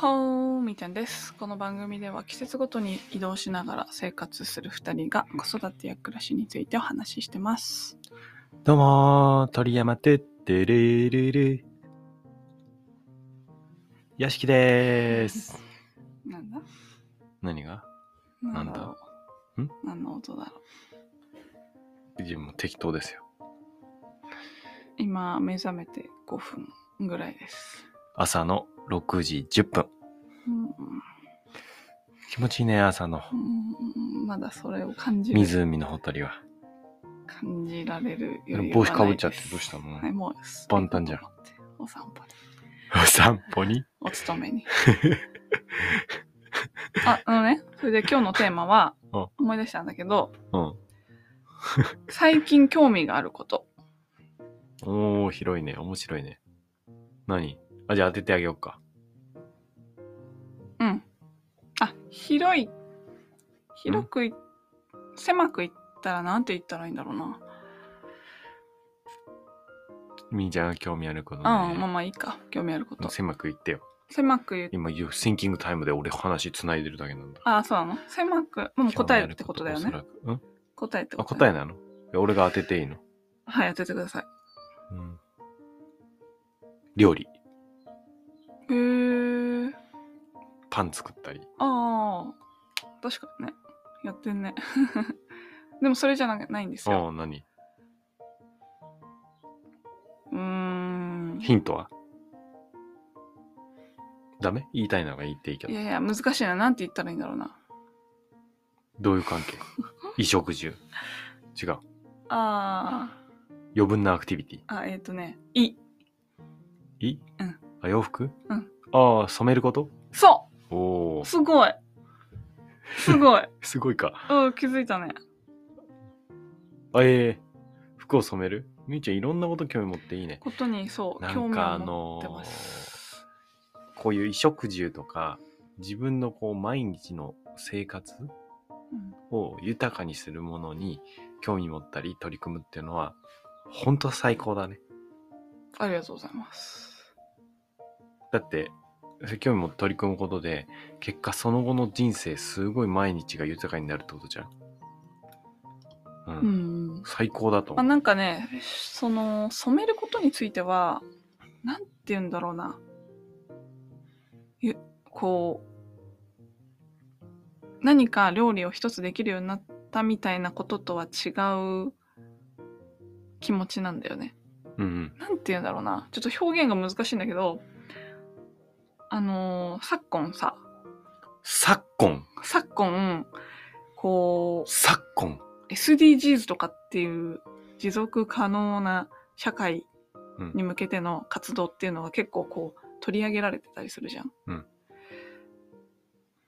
ほーみーちゃんです。この番組では季節ごとに移動しながら生活する2人が子育てや暮らしについてお話ししてます。どうもー、鳥山てってれれれ。よしきでーす。なんだ何がなんだろうなんだ何の音だろ自分も適当ですよ。う今目覚めて5分ぐらいです。朝の6時10分。うん気持ちいいね、朝のうん、まだそれを感じる湖のほとりは。感じられるよ帽子かぶっちゃってどうしたのはい、もう万端じゃん。お散歩で。 お散歩にお勤めに。あ、あのね、それで今日のテーマはうん、思い出したんだけど、うん。最近興味があること。おー、広いね。面白いね。何あ、じゃあ当ててあげようか。うん。あ、広い。広くい、狭くいったらなんて言ったらいいんだろうな。みーちゃんが興味あることね。うん、まあまあいいか。興味あるこもとう。狭く言ってよ。狭く言っ今、You Thinking Time で俺話繋いでるだけなんだ。あ、そうなの狭く。もう答えってことだよ興味あね。ることおそらく。うん答えってあ、こと答ええ。なのいや俺が当てていいのはい、当ててください。うん料理へー。パン作ったりああ、確かにね。やってんね。 でもそれじゃなないんですよ。ああ何うーん。ヒントはダメ言いたいのが言っていいけいどやいや、難しいな。なんて言ったらいいんだろうな。どういう関 係衣食住違うあ余分なアクティビテあ、あ、えっ、とね、い。ィい、うんあ洋服、うんああ染めることそおおうすごいすごい すごいかうん、気づいたね。あええ服を染めるみーちゃんいろんなこと興味持っていいねことに、そう、な興ん味かをあ持のってます。こういう衣食住とか自分のこう毎日の生活うんを豊かにするものに興味持ったり取り組むっていうのは本当最高だね。ありがとうございます。だって興味持って取り組むことで結果その後の人生すごい毎日が豊かになるってことじゃん。うん。うん。最高だとまあ、思う。なんかね、その、染めることについては、なんて言うんだろうな。ゆこう、何か料理を一つできるようになったみたいなこととは違う気持ちなんだよね。うんうん。なんて言うんだろうな。ちょっと表現が難しいんだけど、あのー昨今さ、昨今、昨今、こう、昨今。 SDGs とかっていう持続可能な社会に向けての活動っていうのは結構こう取り上げられてたりするじゃん。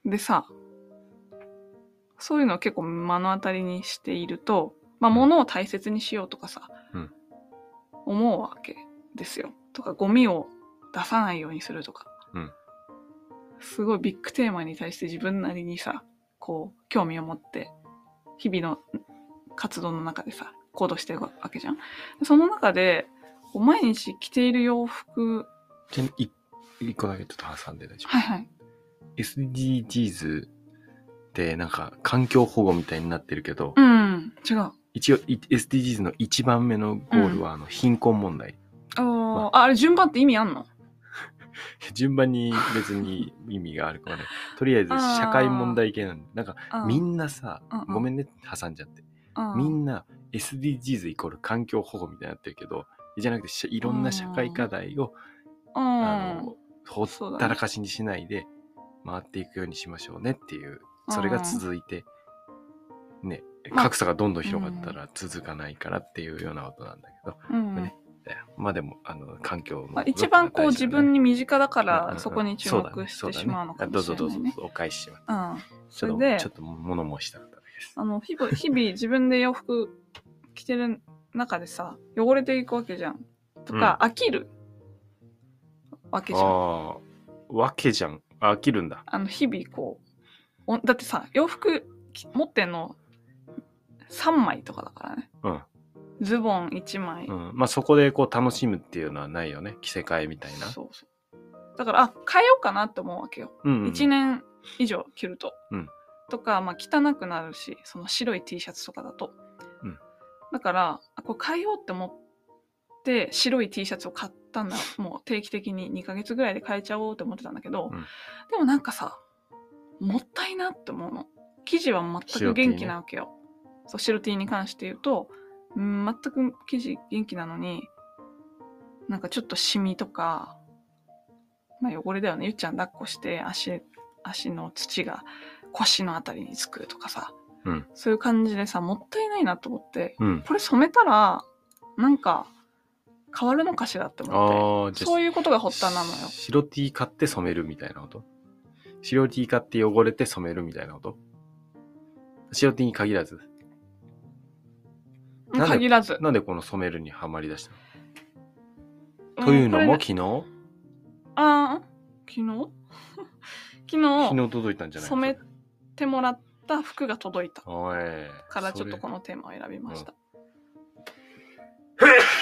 でさそういうのを結構目の当たりにしていると、まあ、うん物を大切にしようとかさ、うん思うわけですよ。とかゴミを出さないようにするとか、うんすごいビッグテーマに対して自分なりにさこう興味を持って日々の活動の中でさ行動してるわけじゃん。その中でこう毎日着ている洋服ちなみに一一個だけちょっと挟んで大丈夫。はいはい SDGs ってなんか環境保護みたいになってるけど、うん違う。一応い SDGs の一番目のゴールはあの貧困問題。あーまあ、あれ順番って意味あんの 順番に別に意味がある からね。とりあえず社会問題系なんで。なんかみんなさ、うんうんごめんね、挟んじゃって。なみんな SDGs イコール環境保護みたいになってるけど、じゃなくてしいろんな社会課題を、うあん、のほったらかしにしないで回っていくようにしましょうねっていう、それが続いて、ね、まあ格差がどんどん広がったら続かないからっていうようなことなんだけど、うんねだよまあでも、あの、環境のまあ、一番こう自分に身近だかうんうんうらんそこに注そうだね目しそうてだねしまうのかもしれあどうないぞどうねぞ。お返ししまうんす。ちょっそれとでちょっと物申したかっただけです。あの日々日々自分で洋服着てる中でさ汚れていくわけじゃんとか、飽きるわけじゃんあああ、わけじゃん。あ飽きるんだ。の日々こうおだってさ洋服き持ってんの3枚とかだからねうん。ズボン1枚、うん、まあそこでこう楽しむっていうのはないよね。着せ替えみたいな。そうそうだからあ変えようかなって思うわけよ、うんうん。一1年以上着ると、うんとか、まあ、汚くなるしその白い T シャツとかだと、うんだからあこれ変えようって思って白い T シャツを買った んだもう定期的に2ヶ月ぐらいで変えちゃおうって思ってたんだけど、うんでもなんかさもったいなって思うの生地は全く白 T 元気なわけよそう白 T に関して言うとうん全く生地元気なのになんかちょっとシミとか、まあ、汚れだよねゆっちゃん抱っこして足足の土が腰のあたりにつくとかさ、うんそういう感じでさもったいないなと思ってうん。これ染めたらなんか変わるのかしらって思っああ、てじゃあそういうことが発端なのよ白 T 買って染めるみたいなこと白 T 買って汚れて染めるみたいなこと白 T に限らず。なんで限らずなんでこの染めるにはまりだしたんのというのもこれね昨日あー昨日 昨日昨日届いたんじゃない染めてもらった服が届いたおい。からちょっとこの。のテーマを選びました。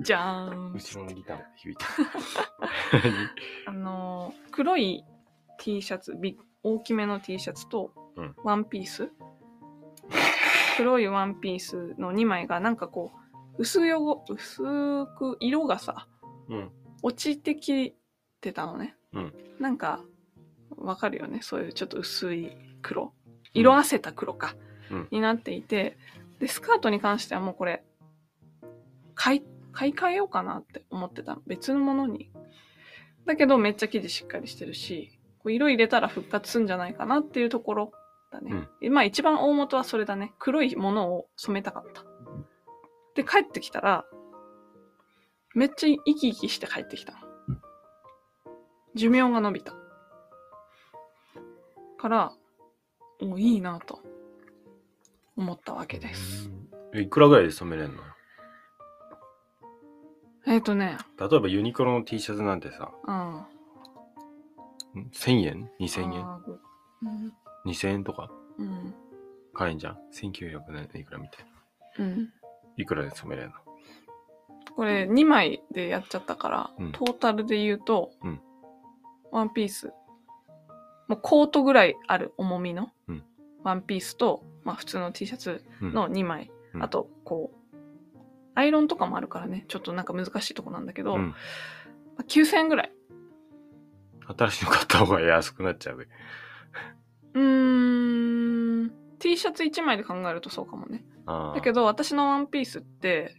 じゃーん。 後ろのギター響 いた。あのー黒い T シャツ、ビ大きめの T シャツとうんワンピース、黒いワンピースの2枚がなんかこう薄汚薄く色がさうん。落ちてきてたのね、うんなんかわかるよねそういうちょっと薄い黒色あせた黒か、うんになっていてでスカートに関してはもうこれ買い買い替えようかなって思ってたの別のものにだけどめっちゃ生地しっかりしてるしこう色入れたら復活するんじゃないかなっていうところだね、まあ一番大元はそれだね黒いものを染めたかったで帰ってきたらめっちゃ生き生きして帰ってきたの寿命が伸びたからもういいなと思ったわけですうんいくらぐらいで染めれんのえっ、とね例えばユニクロの T シャツなんてさ、うんん1000円 ?2000 円あーうん、 ?2000 円とかうん買えんじゃん ?1900 円いくらみたいうな。ん、いくらで染めれんのこれ2枚でやっちゃったから、うんトータルで言うと、うんワンピースもうコートぐらいある重みの、うんワンピースと、まあ、普通の T シャツうんの2枚、うんあとこうアイロンとかもあるからねちょっとなんか難しいとこなんだけど、うんまあ9000円ぐらい新しいの買った方が安くなっちゃうべ。うーん T シャツ1枚で考えるとそうかもねあだけど、ど私のワンピースって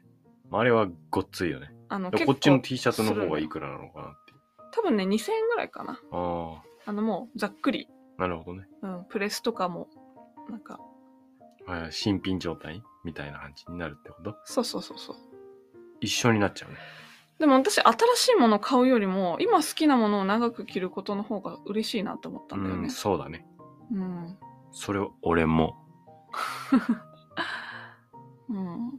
あれはごっついよね。あので結こ構っちの T シャツの方がいくらなのかなって。多分ね2000円ぐらいかなああのもうざっくり、あ、なるほどね。うん、プレスとかもなんかあー新品状態みたいな感じになるってことそうそうそうそう一緒になっちゃうね。でも私新しいものを買うよりも今好きなものを長く着ることの方が嬉しいなと思ったんだようねん、そうだね。うんそれを俺も。うん、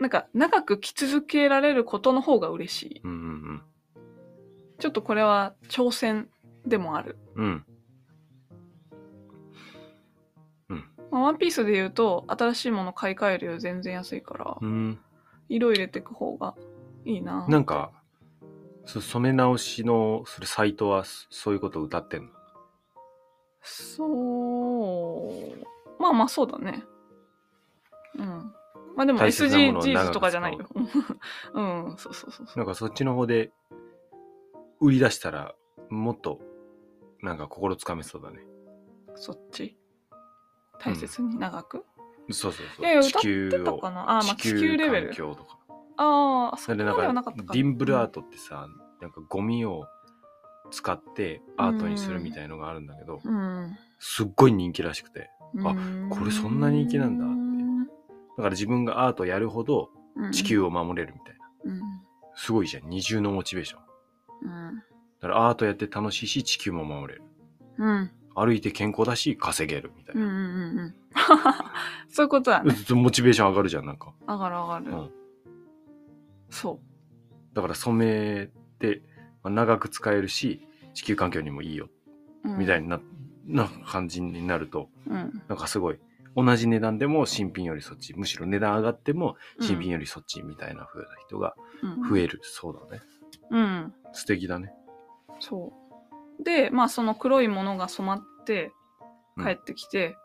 なんか長く着続けられることの方が嬉しいうんうんちょっとこれは挑戦でもある、うん。うん。うん。まあ、ワンピースで言うと新しいもの買い替えるより全然安いからうん、色入れていく方がいいななんか、そ染め直しのするサイトはそそういうことを歌ってんのそうまあまあそうだねうんまあでも大切なものを長く使お SDGs うとかじゃないようんそうそうそうそうなんかそっちの方で売り出したらもっとなんか心つかめそうだね。そっち大切に長く、そうそうそう。いやいや地球歌ってたをかなあーまあ地球レベル地球環境とか。ああそそれこでまでなんかはなかったかディンブルアートトってさ、なんかゴミを使ってアートにするみたいのがあるんだけど、うん、すっごい人気らしくて。うん、あこれそんな人気なんだっだから自分がアートをやるほどて地球を守れるみたいな。うん、すごいじゃん。二重のモチベーション。うんだからアートやって楽しいし、地球も守れる。うん歩いて健康だし、稼げるみたいうんうんうな。んうんそういうことだねモチベーション上がるじゃん、なんか。上がる上がる、うんそだから染めて、まあ長く使えるし、地球環境にもいいよ、う、うんみたいな、な感じになると、うんなんかすごい、同じ値段でも新品よりそっち、むしろ値段上がっても新品よりそっちみたいな風な人がうん増える、そうだね。ううん。素敵だね。そう。で、まあその黒いものが染まってうん帰ってきて、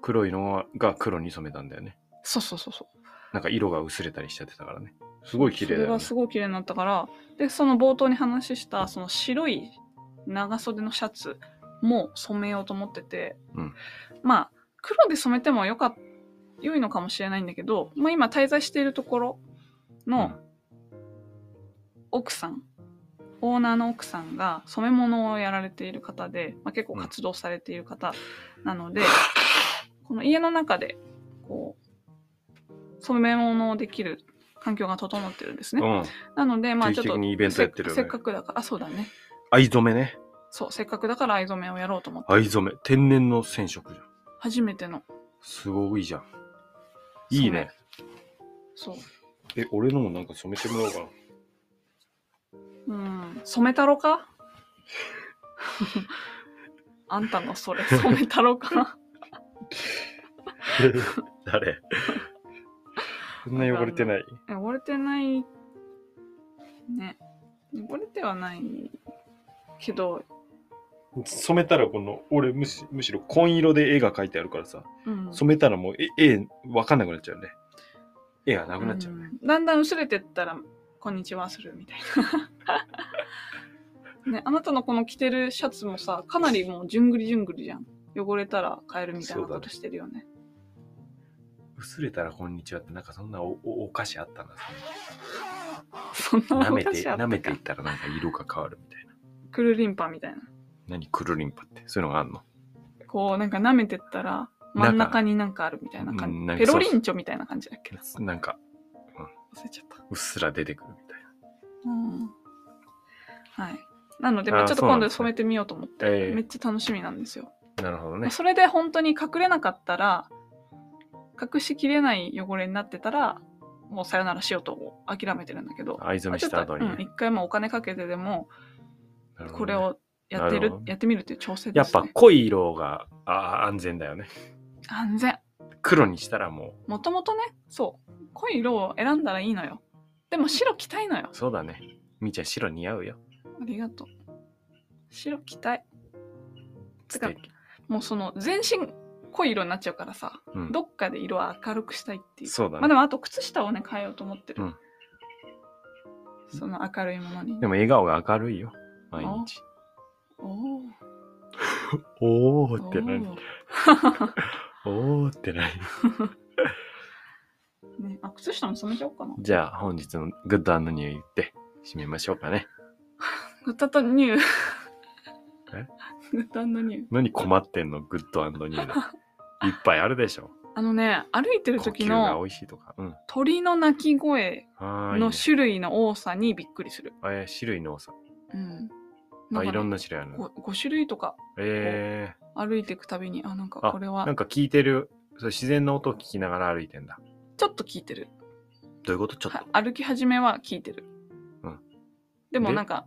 黒いのが黒に染めたんだよね。そうそうそうそう。なんか色が薄れたりしちゃってたからね。すごい綺麗そだれよがねす。ごい綺麗になったからでその冒頭に話したその白い長袖のシャツも染めようと思ってて、うんまあ黒で染めてもよかっ良いのかもしれないんだけど、まあ、今滞在しているところの奥さん、オーナーの奥さんが染め物をやられている方で、まあ、結構活動されている方なので、この家の中でこう染め物をできる環境が整ってるんですうね。ん。うん。なので、まあ定ちょ期っと的、にイベントやってるよせっね。かくだから、あ、そうだね。藍染めね。そう、せっかくだから藍染めをやろうと思って、藍染め。天然の染色じゃん。初めての。すごいじゃん。いいね。そう。え、俺のもなんか染めてもらおうかな。うん、染めたろか あんたのそれ、染めたろか 誰そんな汚れてない。え汚れてない。ね。汚れてはないけど、染めたらこの、俺むしむしろ紺色で絵が描いてあるからさ、うん。染めたらもう絵、絵、わかんなくなっちゃうね。絵がなくなっちゃうね。うんだんだん薄れてったら「こんにちは」するみたいな、 ね、あなたのこの着てるシャツもさかなりもうじゅんぐりじゅんぐりじゃん汚れたら買えるみたいなそうこだとねしてるよね薄れたらこんにちはって、なんかそんなおおお菓子あったんだ。そんな 舐おめかて、しあった舐めていかったらなんか色が変わるみたいな。くるりんぱみたいな何、クルリンパって。そういうのがあんのこうなんか舐めてったら真ん中になんかあるみたいなうん感なじんかペロリンチョみたいな感じだっけななんか、忘れちゃったうっすら出てくるみたいうんはいなので、まあーあ、ちょっとそうな今んで度すね染めてみようと思って、ええめっちゃ楽しみなんですよな。なるほどまあね。それで本当に隠れなかったら隠しきれない汚れになってたらもうさよならしようと諦めてるんだけど藍染まあめちょしったと後うにんね。一回もお金かけてでもなるほどねこれをやってなるるほどねやってみるっていう調整やでっす、ね、ぱ濃い色があ安全だよね。安全黒にしたらももともとねそう濃い色を選んだらいいのよでも白着たいのよう、そうだね。みーちゃん白似合うよ。ありがとう白着たいつ素か敵。もうその全身濃い色になっちゃうからさうん、どっかで色は明るくしたいっていうそうだまあねで。もあと靴下をね変えようと思ってる、うんその明るいものにでも笑顔が明るいよ。毎日。おーおおーって何ーおーって何ねあ靴下も染めちゃおうかなじゃあ本日のグッドアンドニュー言って締めましょうかね。グッドとニューえグッドニュー何困ってんのグッドアンド ニューで。いっぱいあるでしょ。あのね歩いてる呼時吸が美の味しいとか。うん。鳥の鳴き声ああ、いいねの。種類の多さにびっくりする、えー種類の多さ。うんあ、いろんなな種類あるの。 5種類とかえ歩いていくたびにあなんかあこれー、なはんか聞いてる。そう自然の音を聞きながら歩いてんだ。ちょっと聞いてるどういうことちょっとは。歩き始めは聞いてる、うんでもでなんか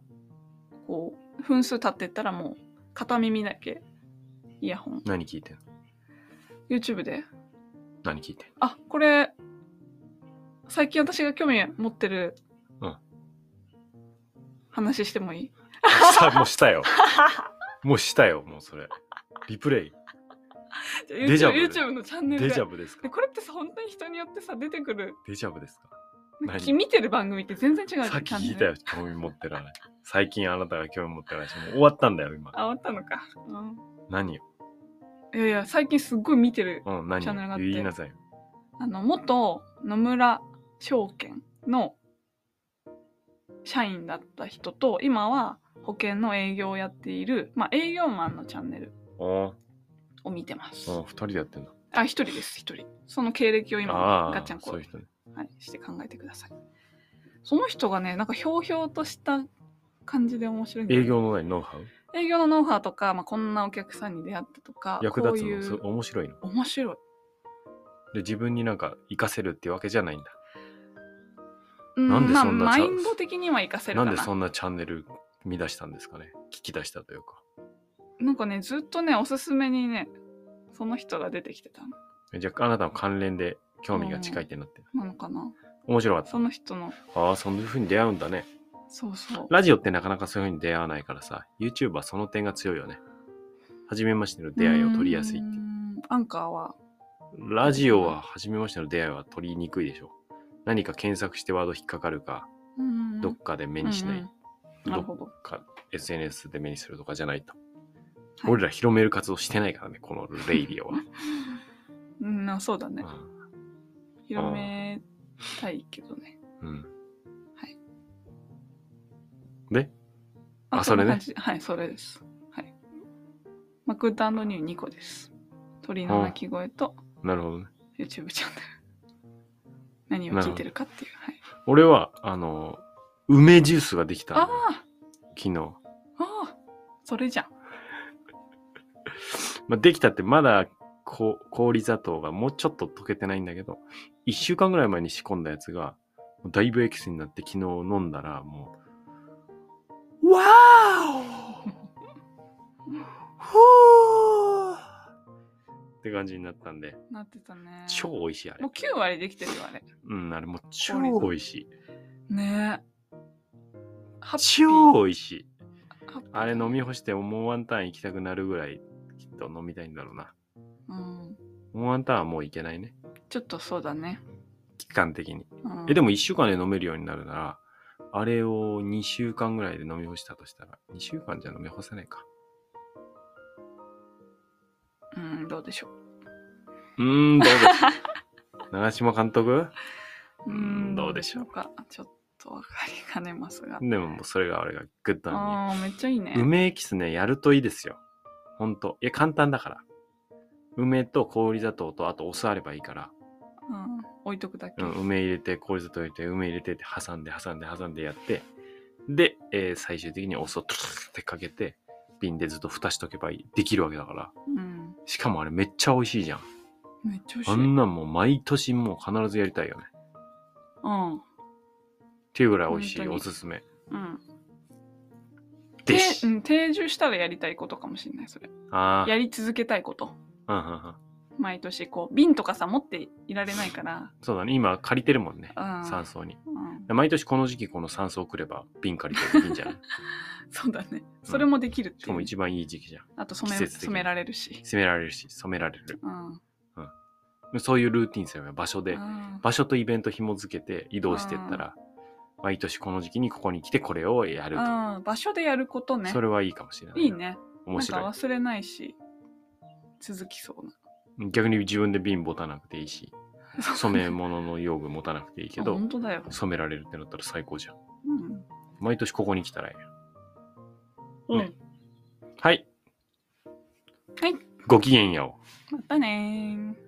こう分数経ってったらもう片耳だけイヤホン何聞いてんの YouTube で何聞いてんのあこれ最近私が興味持ってる、うん話してもいい さもうした よ。もうしたよ、もうそれ。リプレイ。じゃあデジャ YouTube, ブ YouTube のチャンネルデでジャブですかでこれってさ本当に人によってさ出てくるデジャブですかなんか何見てる番組って全然違うじゃんさっきチャンネ聞ルいたよ、興味持ってる話。最近あなたが興味持ってる話。もう終わったんだよ、今。あ終わったのか、う何よ。ん、いやいや最近すっごい見てるうん、何チャンネルがあよって言いなさいよ。あの、元野村証券の社員だった人と、今は保険の営業をやっている、まあ、営業マンのチャンネルおーを見てます。おー、二人でやってんだ。あ、一人です、一人。その経歴を今あ、ガッあチャンー、コ、そうはいう人ね。い、して考えてください。その人がね、なんかひょうひょうとした感じで面白いんだよ営ね業の何、ノウハウ営業のノウハウとか、まあ、こんなお客さんに出会ったとか、役立こつのそうれいう面白いの。面白い。で、自分になんか活かせるってわけじゃないんだ。うなんでそんなまあ、チマャインンド的には活かせるなかんな。でそんなチャンネル見出したんですかね。聞き出したというか。なんかね、ずっとね、おすすめにね、その人が出てきてたのえじゃあ、あなたの関連で興味が近いってなってる。なのかな。面白かったそ。の人の、ああ、そんな風に出会うんだね。そうそう。ラジオってなかなかそういうふうに出会わないからさ、YouTube はその点が強いよね。初めましての出会いを取りやすいっていうーんアンカーは、ラジオは初めましての出会いは取りにくいでしょ。何か検索してワード引っかかるか、うんどっかで目にしない、うんうんなるほど。か SNS で目にするとかじゃないと。はい俺ら広める活動してないからね、このレイデ ィオは。うん、あそうだね。広ーめたいけどね。うんうんはい。でああ、そそれれねね。はい、それです。はい。マクドニュー2個です。鳥の鳴き声となるほどね。 YouTube チャンネル。何を聞いてるかっていう。はい、俺は、あの、梅ジュースができたのあよ昨日。あ、ああ、それじゃん。まあ、できたってまだこ氷砂糖がもうちょっと溶けてないんだけど、1週間ぐらい前に仕込んだやつが、もうだいぶエキスになって昨日飲んだらもう、わ ーおふーって感じになったんで、なってたね。超美味しいあれもう。9割できてるよ、あれ。うん、あれもう超氷美味しい。ねえ。ハ超美味しい。ハッピーあれ飲み干してもうワンタン行きたくなるぐらいきっと飲みたいんだろうな。うん。もうワンタンはもういけないね。ちょっとそうだね。期間的に。うんえ、でも1週間で飲めるようになるなら、あれを2週間ぐらいで飲み干したとしたら、2週間じゃ飲み干せないか。うん、どうでしょう。うーん、どうでしょう。長嶋監督うーんどうでしょうか。ちょっとわかりかねますが。でももうそれが俺がグッドなああ、めっちゃいいね。梅エキスね、やるといいですよ。ほんと。いや、簡単だから。梅と氷砂糖と、あとお酢あればいいから、うん、置いとくだけ。うん、梅入れて、氷砂糖入れて、梅入れてって挟んで、挟んで、挟んでやって、で、えー最終的にお酢をトゥルルルってかけて、瓶でずっと蓋しとけばいいできるわけだから。うん。しかもあれめっちゃ美味しいじゃん。めっちゃ美味しい。あうんん。なんもう毎年もう必ずやりたいよね。っていうぐらい美味しい本当おにすすめうん。でてす。うん、定住したらやりたいことかもしれない、それ。あやり続けたいこと。あ、うんうんうん。毎年、こう、瓶とかさ、持っていられないから。そうだね。今借りてるもんね。うん。山荘に。うん、毎年この時期この山荘来れば瓶借りてるいいんじ ゃん。そうだね。それもできるっていう。しかも一番いい時期じゃん。あと染季め節的に染められるし。染められるし、染められる。うん。そういうルーティンすれば場所で、あー場所とイベント紐付けて移動してったら、毎年この時期にここに来てこれをやると。うん場所でやることねそ。れはいいかもしれない。いい。ね。な面んか白い。忘れないし、続きそうな。逆に自分で瓶持たなくていいし、 染め物の用具持たなくていいけあど、本当だよ。染められるってなったら最高じゃん。うん。毎年ここに来たらいいよ。うねん。はい。はい。ごきげんよう。またねー。